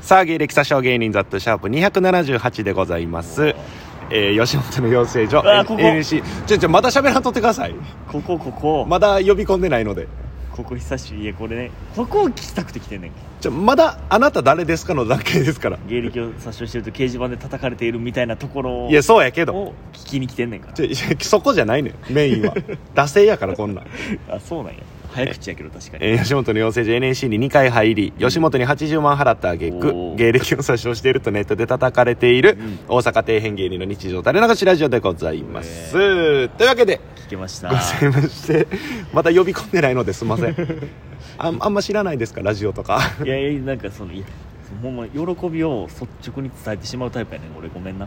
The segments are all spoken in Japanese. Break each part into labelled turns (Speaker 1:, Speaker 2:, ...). Speaker 1: さあ芸歴詐称芸人ザットシャープ278でございます、えー、吉本の養成所
Speaker 2: わあここ
Speaker 1: NC ちょちょまだ喋らんとってください
Speaker 2: ここここ、
Speaker 1: まだ呼び込んでないので
Speaker 2: ここ久しぶりいやこれねここを聞きたくて来てんねん
Speaker 1: ちょまだあなた誰ですかの段階ですから
Speaker 2: 芸歴を殺傷してると掲示板で叩かれているみたいなところを
Speaker 1: いやそうやけど
Speaker 2: を聞きに来てんねんか
Speaker 1: ちょいやそこじゃないねんメイン は惰性やからこんなん
Speaker 2: らあそうなんや早口やけど確かに
Speaker 1: えー吉本の養成所 NSC に2回入り吉本に80万払った挙句
Speaker 2: おー
Speaker 1: 芸歴を詐称しているとネットで叩かれている大阪底辺芸人の日常垂れ流しラジオでございます、というわけで
Speaker 2: 聞けました
Speaker 1: ございましてまた呼び込んでないのですいませんあんあんま知らないですかラジオとか
Speaker 2: いやいやなんかそのいやほんま喜びを率直に伝えてしまうタイプやねん俺ごめん な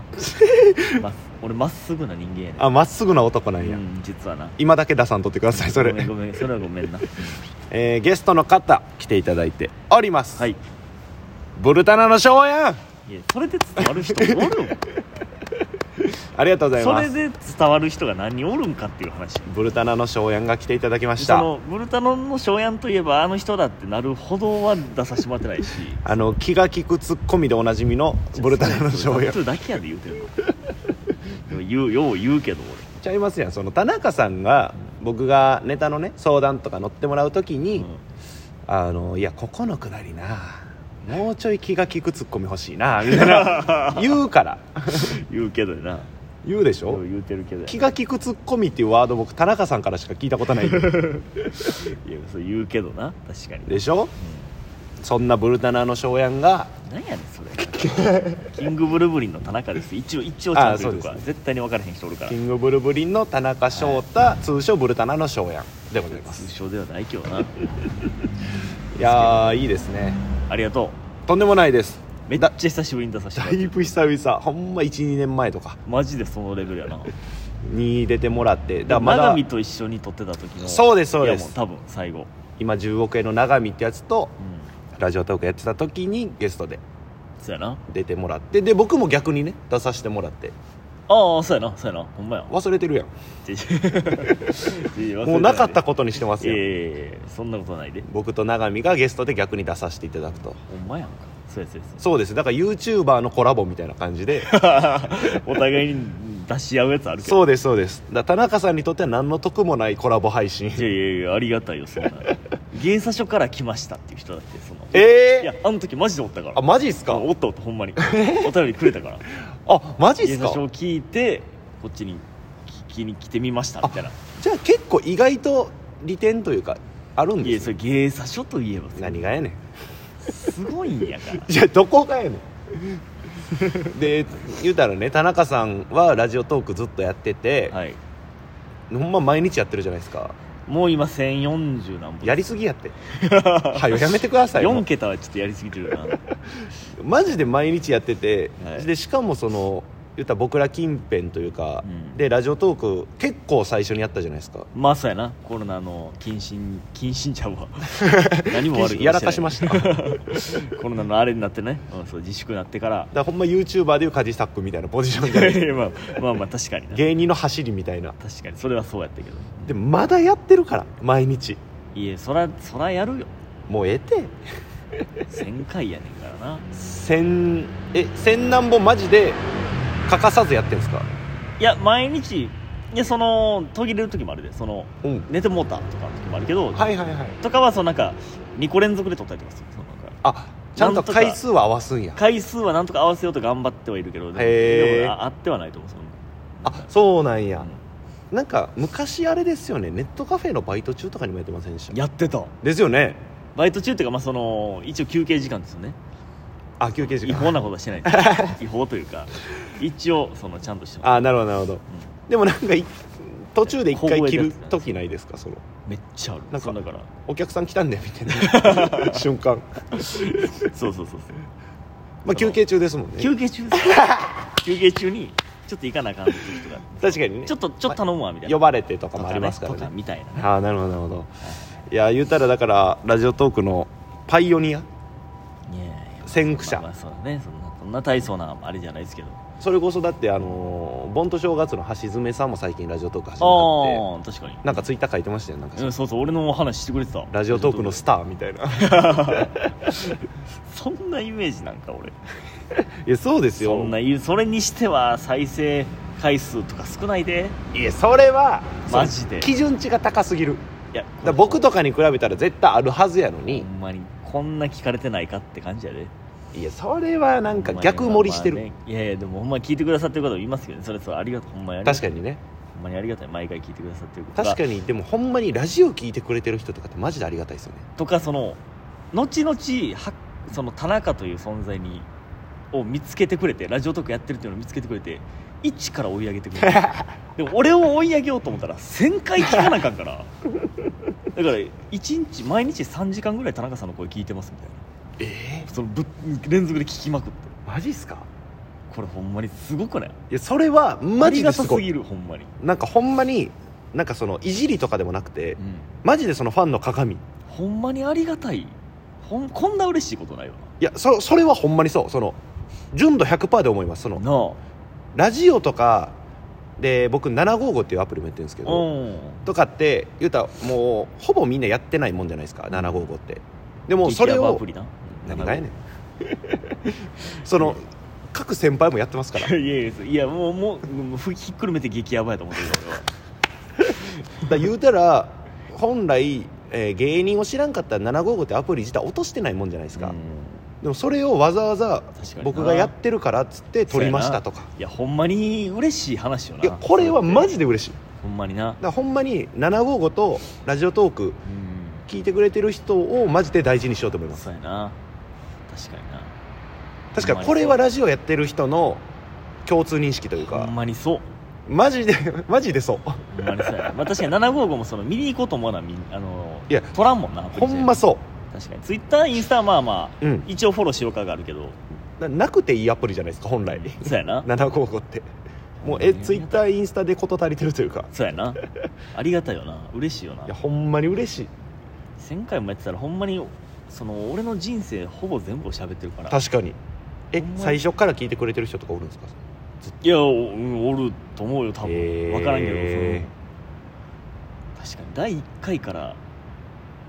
Speaker 2: まっ俺まっすぐな人間やねん
Speaker 1: あまっすぐな男なんや、
Speaker 2: うん実はな
Speaker 1: 今だけ出さんとってくださいそ
Speaker 2: ごめん
Speaker 1: れ、
Speaker 2: ごめんそれはごめんなは
Speaker 1: えーゲストの方来ていただいております、
Speaker 2: い
Speaker 1: ブルタナのショーやん
Speaker 2: いやそれで伝わる人おるん
Speaker 1: ありがとうござい
Speaker 2: そ
Speaker 1: ま
Speaker 2: れ
Speaker 1: す
Speaker 2: で伝わる人が何人おるんかっていう話
Speaker 1: ブルタナのショーやんが来ていただきまし
Speaker 2: そ
Speaker 1: た
Speaker 2: のブルタノンの翔やんといえばあの人だってなるほどは出させてもらって ないし
Speaker 1: あの気が利くツッコミでおなじみのブルタナの醤
Speaker 2: や
Speaker 1: 油
Speaker 2: んだけやで言うてるのでも言うよう言うけど
Speaker 1: ちゃいますやんその田中さんが僕がネタのね相談とか乗ってもらう時に、
Speaker 2: 俺、うん
Speaker 1: あのいやここのくだりなもうちょい気が利くツッコミ欲しいなみたい な言うから
Speaker 2: 言うけどやな
Speaker 1: 言うでし
Speaker 2: よう
Speaker 1: ょ
Speaker 2: 言うてるけどや
Speaker 1: 気が利くツッコミっていうワード僕田中さんからしか聞いたことない
Speaker 2: いやそう言うけどな確かに
Speaker 1: でしょそんなブルタナの翔やんが
Speaker 2: なんやねんそれキングブルブリンの田中です一応一応ちゃんと言うとこ
Speaker 1: あ
Speaker 2: は
Speaker 1: そうです
Speaker 2: 絶対に分からへん人おるから
Speaker 1: キングブルブリンの田中翔太、通称ブルタナの翔やんでございます
Speaker 2: 通称ではないけどな
Speaker 1: いやーいいですね
Speaker 2: ありがとう
Speaker 1: とんでもないです
Speaker 2: めっちゃ久しぶりに出させても
Speaker 1: だ
Speaker 2: らっ
Speaker 1: いぶ久々ほんま12年前とか
Speaker 2: てマジでそのレベルやな
Speaker 1: に出てもらってだからま
Speaker 2: 長
Speaker 1: だ
Speaker 2: 見と一緒に撮ってた時の
Speaker 1: そうですそうです
Speaker 2: いやも多分最後、
Speaker 1: 今10億円の長見ってやつと
Speaker 2: うん、
Speaker 1: ラジオトークやってた時にゲストで
Speaker 2: そうやな
Speaker 1: 出てもらってで僕も逆にね出させてもらって
Speaker 2: ああそうやなそうやなほんまや
Speaker 1: 忘れてるやんも
Speaker 2: も
Speaker 1: うなかったことにしてます
Speaker 2: いやい
Speaker 1: よ
Speaker 2: やいやそんなことないで
Speaker 1: 僕と長見がゲストで逆に出させていただくと
Speaker 2: ほんまやんかそうやそうやそ
Speaker 1: そうですだから YouTuber のコラボみたいな感じで
Speaker 2: うや お互いに出し合うやつあるけど
Speaker 1: そうですそうですだから田中さんにとっては何の得もないコラボ配信
Speaker 2: いやいやいやありがたいよそんな芸者所から来ましたっていう人だってそのい
Speaker 1: ええ
Speaker 2: やあの時マジでおったから
Speaker 1: あマジっすか
Speaker 2: おったおったほんまにお便りくれたから
Speaker 1: あマジっ
Speaker 2: 芸
Speaker 1: す
Speaker 2: 者
Speaker 1: か
Speaker 2: 所を聞いてこっちに聞きに来てみましたみたいな
Speaker 1: じゃあ結構意外と利点というかあるん
Speaker 2: い
Speaker 1: で
Speaker 2: や
Speaker 1: す
Speaker 2: そ
Speaker 1: よ
Speaker 2: れ芸者所といえばさ
Speaker 1: 何がやねん
Speaker 2: すごいんやから
Speaker 1: じゃあどこがやねんで言うたらね田中さんはラジオトークずっとやってて、
Speaker 2: はい
Speaker 1: ほんま毎日やってるじゃないですか
Speaker 2: もう今1040何本
Speaker 1: やりすぎやって はよやめてください
Speaker 2: 4桁はちょっとやりすぎてる よな
Speaker 1: マジで毎日やってて、
Speaker 2: はい
Speaker 1: でしかもその言ったら僕ら近辺というか、
Speaker 2: うん
Speaker 1: でラジオトーク結構最初にやったじゃないですか
Speaker 2: まあそうやなコロナの謹慎謹慎ちゃ うわ何も悪いことてない
Speaker 1: やらかしましただか
Speaker 2: コロナのあれになってね、うん、そう自粛になってから
Speaker 1: らほんま YouTuber でいうカジサックみたいなポジション
Speaker 2: いや
Speaker 1: で
Speaker 2: いや まあまあまあ確かにな
Speaker 1: 芸人の走りみたいな
Speaker 2: 確かにそれはそうやったけど
Speaker 1: でまだやってるから毎日
Speaker 2: いえそらそらやるよ
Speaker 1: もうええて
Speaker 2: 1000回やねんからな
Speaker 1: 千え千何本マジで欠かさずやってんすか
Speaker 2: いや毎日いやその途切れる時もあるでその
Speaker 1: うん
Speaker 2: 寝てもうたとかの時もあるけど、
Speaker 1: はいはいはい
Speaker 2: とかはそのなんか2個連続で撮ったりとかするそのなんか
Speaker 1: あちゃんと
Speaker 2: なんとか
Speaker 1: 回数は合わすんや
Speaker 2: 回数はなんとか合わせようと頑張ってはいるけどでも
Speaker 1: へー
Speaker 2: でもああってはないと思うその
Speaker 1: あそうなん
Speaker 2: う
Speaker 1: や
Speaker 2: ん
Speaker 1: なんか昔あれですよねネットカフェのバイト中とかにもやってませんでした
Speaker 2: やってた
Speaker 1: ですよね
Speaker 2: バイト中っていうか、まあ、その一応休憩時間ですよね
Speaker 1: あ休憩時
Speaker 2: 違
Speaker 1: 間
Speaker 2: 法なことはし てないです違法というか一応そのちゃんとしてます
Speaker 1: あなるほどなるほどでもなんかい途中で一回切る時ないですかその
Speaker 2: めっちゃある
Speaker 1: なんか
Speaker 2: そのだから
Speaker 1: お客さん来たんでみた いな瞬間
Speaker 2: そうそうそうそう
Speaker 1: まあ休憩中ですもんね
Speaker 2: 休憩中です 休憩中にちょっと行かなあかん時とか
Speaker 1: 確かにね
Speaker 2: ちょっとちょっと頼むわみたいな
Speaker 1: 呼ばれてと
Speaker 2: と
Speaker 1: か
Speaker 2: か
Speaker 1: も
Speaker 2: ね
Speaker 1: ありますから
Speaker 2: とか
Speaker 1: ね
Speaker 2: みたいなね
Speaker 1: ああなるほどなるほどいや言うたらだからラジオトークのパイオニア
Speaker 2: いやいや
Speaker 1: 先駆者
Speaker 2: まあまあそうだねそんなこそんな大層なあれじゃないですけど
Speaker 1: それこそだってあのー盆と正月の橋爪さんも最近ラジオトーク始めたって
Speaker 2: ああ確かに
Speaker 1: なんかツイッター書いてましたよなん
Speaker 2: う
Speaker 1: か
Speaker 2: んそうそう俺のお話してくれてた
Speaker 1: ラジオトークのスターみたい ない
Speaker 2: そんなイメージなんか俺
Speaker 1: やそうですよ
Speaker 2: そんな言うそれにしては再生回数とか少ないで
Speaker 1: いやそれは
Speaker 2: マジで
Speaker 1: その基準値が高すぎる
Speaker 2: いや
Speaker 1: だから僕とかに比べたら絶対あるはずやの
Speaker 2: ほ
Speaker 1: に、
Speaker 2: んまにこんな聞かれてないかって感じやで
Speaker 1: いやそれはなんか逆盛りしてる、
Speaker 2: ほんまにまあねいやいやでもほんまに聞いてくださってる方いますけどねそれそれありがとうほんまにありがと
Speaker 1: 確かにね
Speaker 2: うほんまにありがたい毎回聞いてくださってること
Speaker 1: 確かにでもほんまにラジオ聞いてくれてる人とかってマジでありがたいです よね
Speaker 2: とかその後々はその田中という存在にを見つけてくれてラジオトークやってるっていうのを見つけてくれて一から追い上げてくれてでも俺を追い上げようと思ったら1000回聞かなあかんからだから1日毎日3時間ぐらい田中さんの声聞いてますみたい
Speaker 1: ええ
Speaker 2: なそのぶっ連続で聞きまくって
Speaker 1: マジっすか
Speaker 2: これほんまにすごくない
Speaker 1: いやそれはマジ
Speaker 2: あ
Speaker 1: で
Speaker 2: りが
Speaker 1: す
Speaker 2: た
Speaker 1: ご
Speaker 2: す
Speaker 1: い
Speaker 2: ぎるほんまに、
Speaker 1: なんかほんまになんかそのいじりとかでもなくてマジでそのファンの鏡い
Speaker 2: ほんまにありがたいほんこんな嬉しいことないよ
Speaker 1: やそそれはほんまにそうその純度100%で思いますそ
Speaker 2: な
Speaker 1: の
Speaker 2: な
Speaker 1: ラジオとかで僕755っていうアプリもやってるんですけ
Speaker 2: あ
Speaker 1: ど、
Speaker 2: うん
Speaker 1: とかって言うたらもうほぼみんなやってないもんじゃないですか755ってでもそれ
Speaker 2: 激ヤバア
Speaker 1: を
Speaker 2: プリな
Speaker 1: 何がやねん その各先輩もやってますからだか
Speaker 2: いやいやいやもうもうもうふひっくるめて激ヤバやと思ってるから
Speaker 1: ら言うたら本来、えー芸人を知らんかったら755ってアプリ自体落としてないもんじゃないですか、
Speaker 2: 俺は
Speaker 1: でもそれをわざわざ
Speaker 2: 確かにな
Speaker 1: 僕がやってるからっつって撮りましたとか
Speaker 2: いやほんまに嬉しい話よない
Speaker 1: やこれはマジで嬉しいだか
Speaker 2: ほんまにな
Speaker 1: らほんまに755とラジオトーク
Speaker 2: うん
Speaker 1: 聞いてくれてる人をマジで大事にしようと思います
Speaker 2: そうやな確かにな
Speaker 1: 確かにこれはラジオやってる人の共通認識という
Speaker 2: ほん
Speaker 1: か
Speaker 2: まにそう
Speaker 1: マジでマジで そう
Speaker 2: ほんまにそうやな、まあ、確かに755もその見に行こうと思わなみんあの
Speaker 1: いや
Speaker 2: 取らんもんなアプ
Speaker 1: ほ
Speaker 2: リじゃ
Speaker 1: んまそ
Speaker 2: 確かにツイッターインスタはまあまあ
Speaker 1: ううん
Speaker 2: 一応フォローしようかがあるけど
Speaker 1: ななくていいアプリじゃないですか本 来
Speaker 2: そうやな
Speaker 1: 755ってもうえツイッターインスタで事足りてるというか
Speaker 2: そうやなありがたいよな嬉しいよない
Speaker 1: やほんまに嬉しい
Speaker 2: 1000回もやってたらほんまにその俺の人生ほぼ全部を喋ってるから
Speaker 1: 確かにえ
Speaker 2: ほんまに
Speaker 1: 最初から聞いてくれてる人とかおるんですか
Speaker 2: いやお,、うん、おると思うよ多分、
Speaker 1: へー
Speaker 2: 分からんけどその確かに第1回から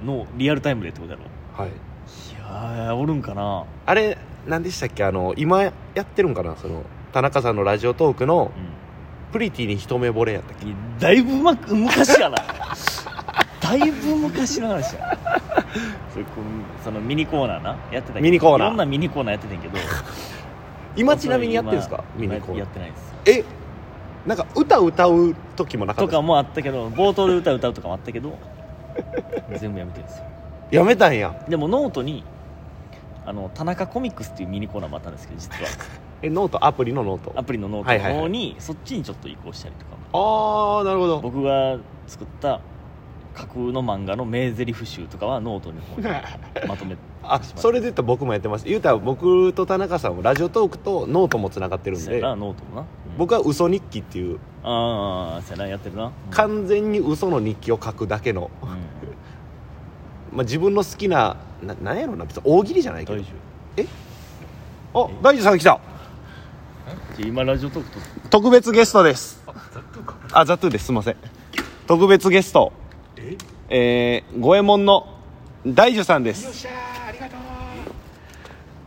Speaker 2: のリアルタイムでってことやろ
Speaker 1: は
Speaker 2: い
Speaker 1: い
Speaker 2: やーおるんかな
Speaker 1: あれ何でしたっけあの今やってるんかなその田中さんのラジオトークの
Speaker 2: う
Speaker 1: プリティに一目惚れやったっ
Speaker 2: んいやだいぶまく昔 やなだいぶ昔の話やそれこうそのミニコーナーなやってたけど
Speaker 1: ミニコーナー
Speaker 2: いろんなミニコーナーやってたんやけど
Speaker 1: け今ちなみにやってるんですかミ
Speaker 2: 今
Speaker 1: ニコーナ
Speaker 2: や
Speaker 1: ー
Speaker 2: ってないです
Speaker 1: えなんか歌歌う時もなか
Speaker 2: と
Speaker 1: った
Speaker 2: か
Speaker 1: で
Speaker 2: もあったけど冒頭で歌う歌うとかもあったけど全部やめてるんですよ
Speaker 1: すかやめたんや
Speaker 2: でもノートにあの田中コミックスっていうミニコーナーもあったんですけ ど実は
Speaker 1: えノートアプリのノート
Speaker 2: ア
Speaker 1: あ
Speaker 2: プリのノート
Speaker 1: は
Speaker 2: の
Speaker 1: いはいはい
Speaker 2: 方にそっちにちょっと移行したりとかも
Speaker 1: あーなるほど
Speaker 2: 僕が作った架空の漫画の名台詞集とかはノートの 方にまとめ
Speaker 1: あそれで言ったら僕もやってます言うたら僕と田中さんもラジオトークとノートもつながってるん
Speaker 2: そうや
Speaker 1: で
Speaker 2: なノートもな、うん
Speaker 1: 僕は嘘日記っていう
Speaker 2: ああそうやなやってるな、うん
Speaker 1: 完全に嘘の日記を書くだけの、
Speaker 2: うん
Speaker 1: まあ、自分の好きなななんやろな別に大喜利じゃないけ
Speaker 2: 大
Speaker 1: ど
Speaker 2: 丈
Speaker 1: あ大樹さん来た
Speaker 2: 夫じゃあ今ラジオトークと
Speaker 1: 特別ゲストですあザトゥーですすいません特別ゲストええー、五右衛門の大樹さんです
Speaker 3: しゃーありがとう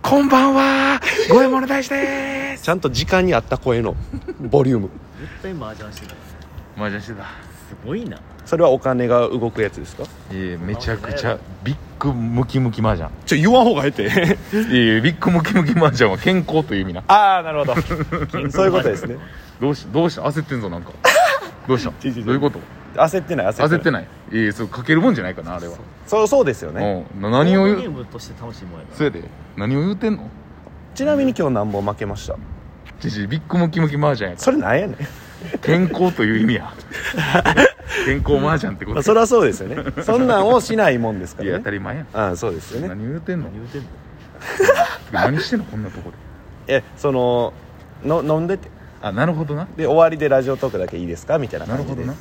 Speaker 3: こんばんは五右衛門の大志です
Speaker 1: ちゃんと時間に合った声 のボリューム
Speaker 2: 絶対麻雀してない
Speaker 3: マジしてた
Speaker 2: すごいな
Speaker 1: それはお金が動くやつですか
Speaker 3: いえめちゃくちゃビッグムキムキマージャン
Speaker 1: ちょ言わん方がええって
Speaker 3: いえビッグムキムキマージャンは健康という意味な
Speaker 1: ああなるほどそういうことですね
Speaker 3: どうしどうし焦ってんぞなんかどうした
Speaker 1: ちょちょちょ
Speaker 3: どういうこと
Speaker 1: 焦ってない焦ってない
Speaker 3: 焦ってないいえそうかけるもんじゃないかなあれは
Speaker 1: そうそうですよね
Speaker 3: うんな何を
Speaker 2: ボードゲ
Speaker 3: 言
Speaker 2: ー
Speaker 3: う
Speaker 2: ムとして楽しいもんやから
Speaker 3: それで何を言うてんの
Speaker 1: ちなみに今日何本負けました
Speaker 3: ちちビッグムキムキマージャンやか
Speaker 1: それなんやね ん
Speaker 3: ら健康という意味や健康マージャンってこ
Speaker 1: まあ、
Speaker 3: と
Speaker 1: そ
Speaker 3: や
Speaker 1: れはそうですよねそんなんをしないもんですか
Speaker 3: いや
Speaker 1: ら
Speaker 3: 当
Speaker 1: ね
Speaker 3: たり前やん
Speaker 1: ああそうですよね
Speaker 3: 何を言うてんの
Speaker 2: 何言うてんの
Speaker 3: 何してんのこんなとこで
Speaker 1: えそのの飲んでて
Speaker 3: あなるほどな
Speaker 1: で終わりでラジオトークだけいいですかみたいな
Speaker 3: なる
Speaker 1: 感
Speaker 3: ほ
Speaker 1: じ
Speaker 3: ど
Speaker 1: で
Speaker 3: な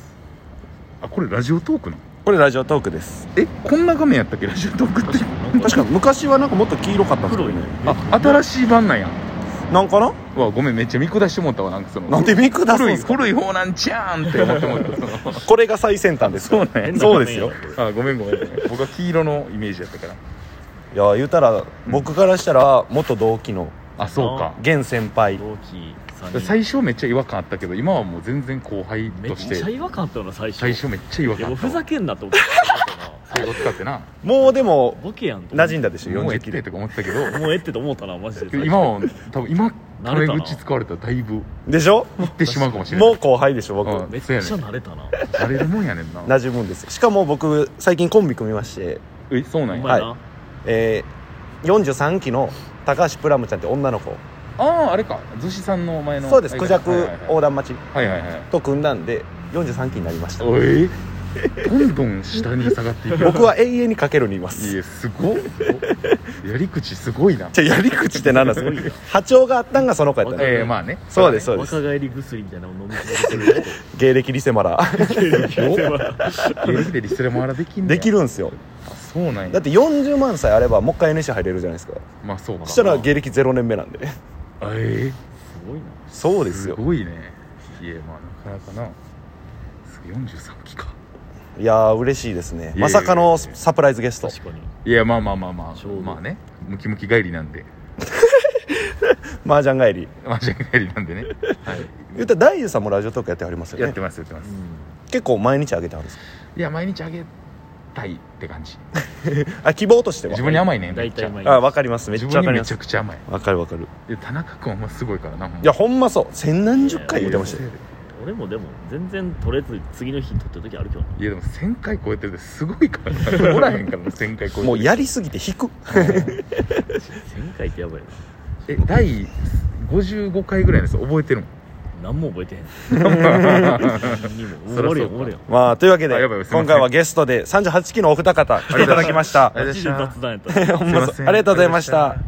Speaker 3: あこれラジオトークの
Speaker 1: これラジオトークです
Speaker 3: えこんな画面やったっけラジオトークって
Speaker 1: 確か昔はなんかもっと黄色かったんですけどね
Speaker 3: あ新しい版なんや
Speaker 1: なんかな
Speaker 3: うわごめんめっちゃ見下してもったわなんかその
Speaker 1: なんで見下すん
Speaker 3: 古い
Speaker 1: ですか
Speaker 3: 古い方なんちゃーんって思ってもったその
Speaker 1: これが最先端ですか
Speaker 3: そうなんや
Speaker 1: そうですよ
Speaker 3: あごめんごめんごめん僕は黄色のイメージやったから
Speaker 1: いや言うたら僕からしたら元同期の
Speaker 3: あそうか
Speaker 1: 現先輩
Speaker 2: 同期さん
Speaker 3: 最初めっちゃ違和感あったけど今はもう全然後輩
Speaker 2: めっ
Speaker 3: とし
Speaker 2: ちゃ
Speaker 3: て
Speaker 2: 違和感あったよな最初
Speaker 3: 最初めっちゃ違和
Speaker 2: いや
Speaker 3: 感
Speaker 2: も
Speaker 3: あ
Speaker 2: う
Speaker 3: った
Speaker 2: ふ
Speaker 3: わ
Speaker 2: ざけんなと思 って
Speaker 3: 最後使ってな
Speaker 1: もうでも
Speaker 2: ボケやんと思って
Speaker 1: 馴染んだでしょ
Speaker 3: もう
Speaker 1: 40
Speaker 3: えっ
Speaker 1: キ
Speaker 3: て
Speaker 1: ロ
Speaker 3: とか思ってたけど
Speaker 2: もうええってと思ったなマジで
Speaker 3: 今は多分今タ
Speaker 2: 慣れ
Speaker 3: メ
Speaker 2: たな
Speaker 3: 口使われたらだいぶ
Speaker 1: でしょ
Speaker 3: いってしまうかもしれない
Speaker 1: もう後輩でしょ僕
Speaker 3: うん
Speaker 2: めっちゃ慣れたな
Speaker 3: 慣れるもんやねんな
Speaker 1: 馴染むんですよしかも僕最近コンビ組みまして
Speaker 3: えそうな
Speaker 2: お
Speaker 3: んや
Speaker 2: 前な、
Speaker 1: えー、43期の高橋プラムちゃんって女の子
Speaker 3: あああれか逗子さんの前の
Speaker 1: そうです
Speaker 3: あれ
Speaker 1: クジャ
Speaker 3: か
Speaker 1: ク横断待ち
Speaker 3: はいはいはいはい
Speaker 1: と組んだんで43期になりました
Speaker 3: おいどんどん下に下がっていく
Speaker 1: 僕は永遠にかけるにいま
Speaker 3: い
Speaker 1: す
Speaker 3: やすごっやり口すごいな
Speaker 1: じゃあやり口って何なんですか波長があったんがその子やったんで
Speaker 3: ええまあね
Speaker 1: そうですそうです
Speaker 2: 若返り薬みたいなの飲み続けてる
Speaker 1: 芸歴リセマラー
Speaker 3: やりでリスレマラできんねや
Speaker 1: できるんですよ
Speaker 3: あそうなんや
Speaker 1: だって40万歳あればもう一回 NC 入れるじゃないですか
Speaker 3: まあそうか
Speaker 1: そしたら芸歴0年目なんで
Speaker 3: え
Speaker 2: すごいな
Speaker 1: そう
Speaker 3: え
Speaker 1: です
Speaker 3: す
Speaker 1: よ
Speaker 3: ごいねいやまあなかなかなす43期か
Speaker 1: いやー嬉しいですね
Speaker 3: いやいやいや
Speaker 1: まさかのサプライズゲスト
Speaker 2: 確かに
Speaker 3: いやまあまあまあま
Speaker 2: ち
Speaker 3: あ
Speaker 2: ょうど
Speaker 3: まあねムキムキ帰りなんで
Speaker 1: 麻雀帰り
Speaker 3: マジ帰りなんでね、はい、
Speaker 1: 言ったら大樹さんもラジオトークやってはりますよ
Speaker 3: や
Speaker 1: ね
Speaker 3: ってますやってます
Speaker 1: 結構毎日あげてはるんですか
Speaker 3: いや毎日あげたいって感じ
Speaker 1: あ希望としては
Speaker 3: 自分に甘いねめ
Speaker 2: 大
Speaker 3: っち
Speaker 2: 体
Speaker 3: ゃ
Speaker 2: 毎日
Speaker 1: あ分かりますめっ
Speaker 3: 自
Speaker 1: ちゃ分か
Speaker 3: 分に
Speaker 1: り
Speaker 3: め
Speaker 1: ま
Speaker 3: ちゃ
Speaker 1: す
Speaker 3: くちゃ甘い
Speaker 1: 分かる分かる
Speaker 3: で田中君はほんますごいからない
Speaker 1: やほんまそう千何十回言ってましたよ
Speaker 2: 俺もでも全然取れず次の日取ってる時あるけどない
Speaker 3: やでも1000回超えてるってすごいからなおらへんからな1000回超えてる
Speaker 1: もうやりすぎて引く
Speaker 2: 1000回ってやばいな
Speaker 3: え第55回ぐらいです覚えてるもん
Speaker 2: 何も覚えてへん 何にも終
Speaker 3: そらそうか
Speaker 2: わるよ終わるよ
Speaker 1: まあというわけで
Speaker 3: あやばいすいません
Speaker 1: 今回はゲストで38期のお二方来ていただきました
Speaker 3: ありがとうございました
Speaker 2: マジで雑談やった
Speaker 1: ほんまそうありがとうございました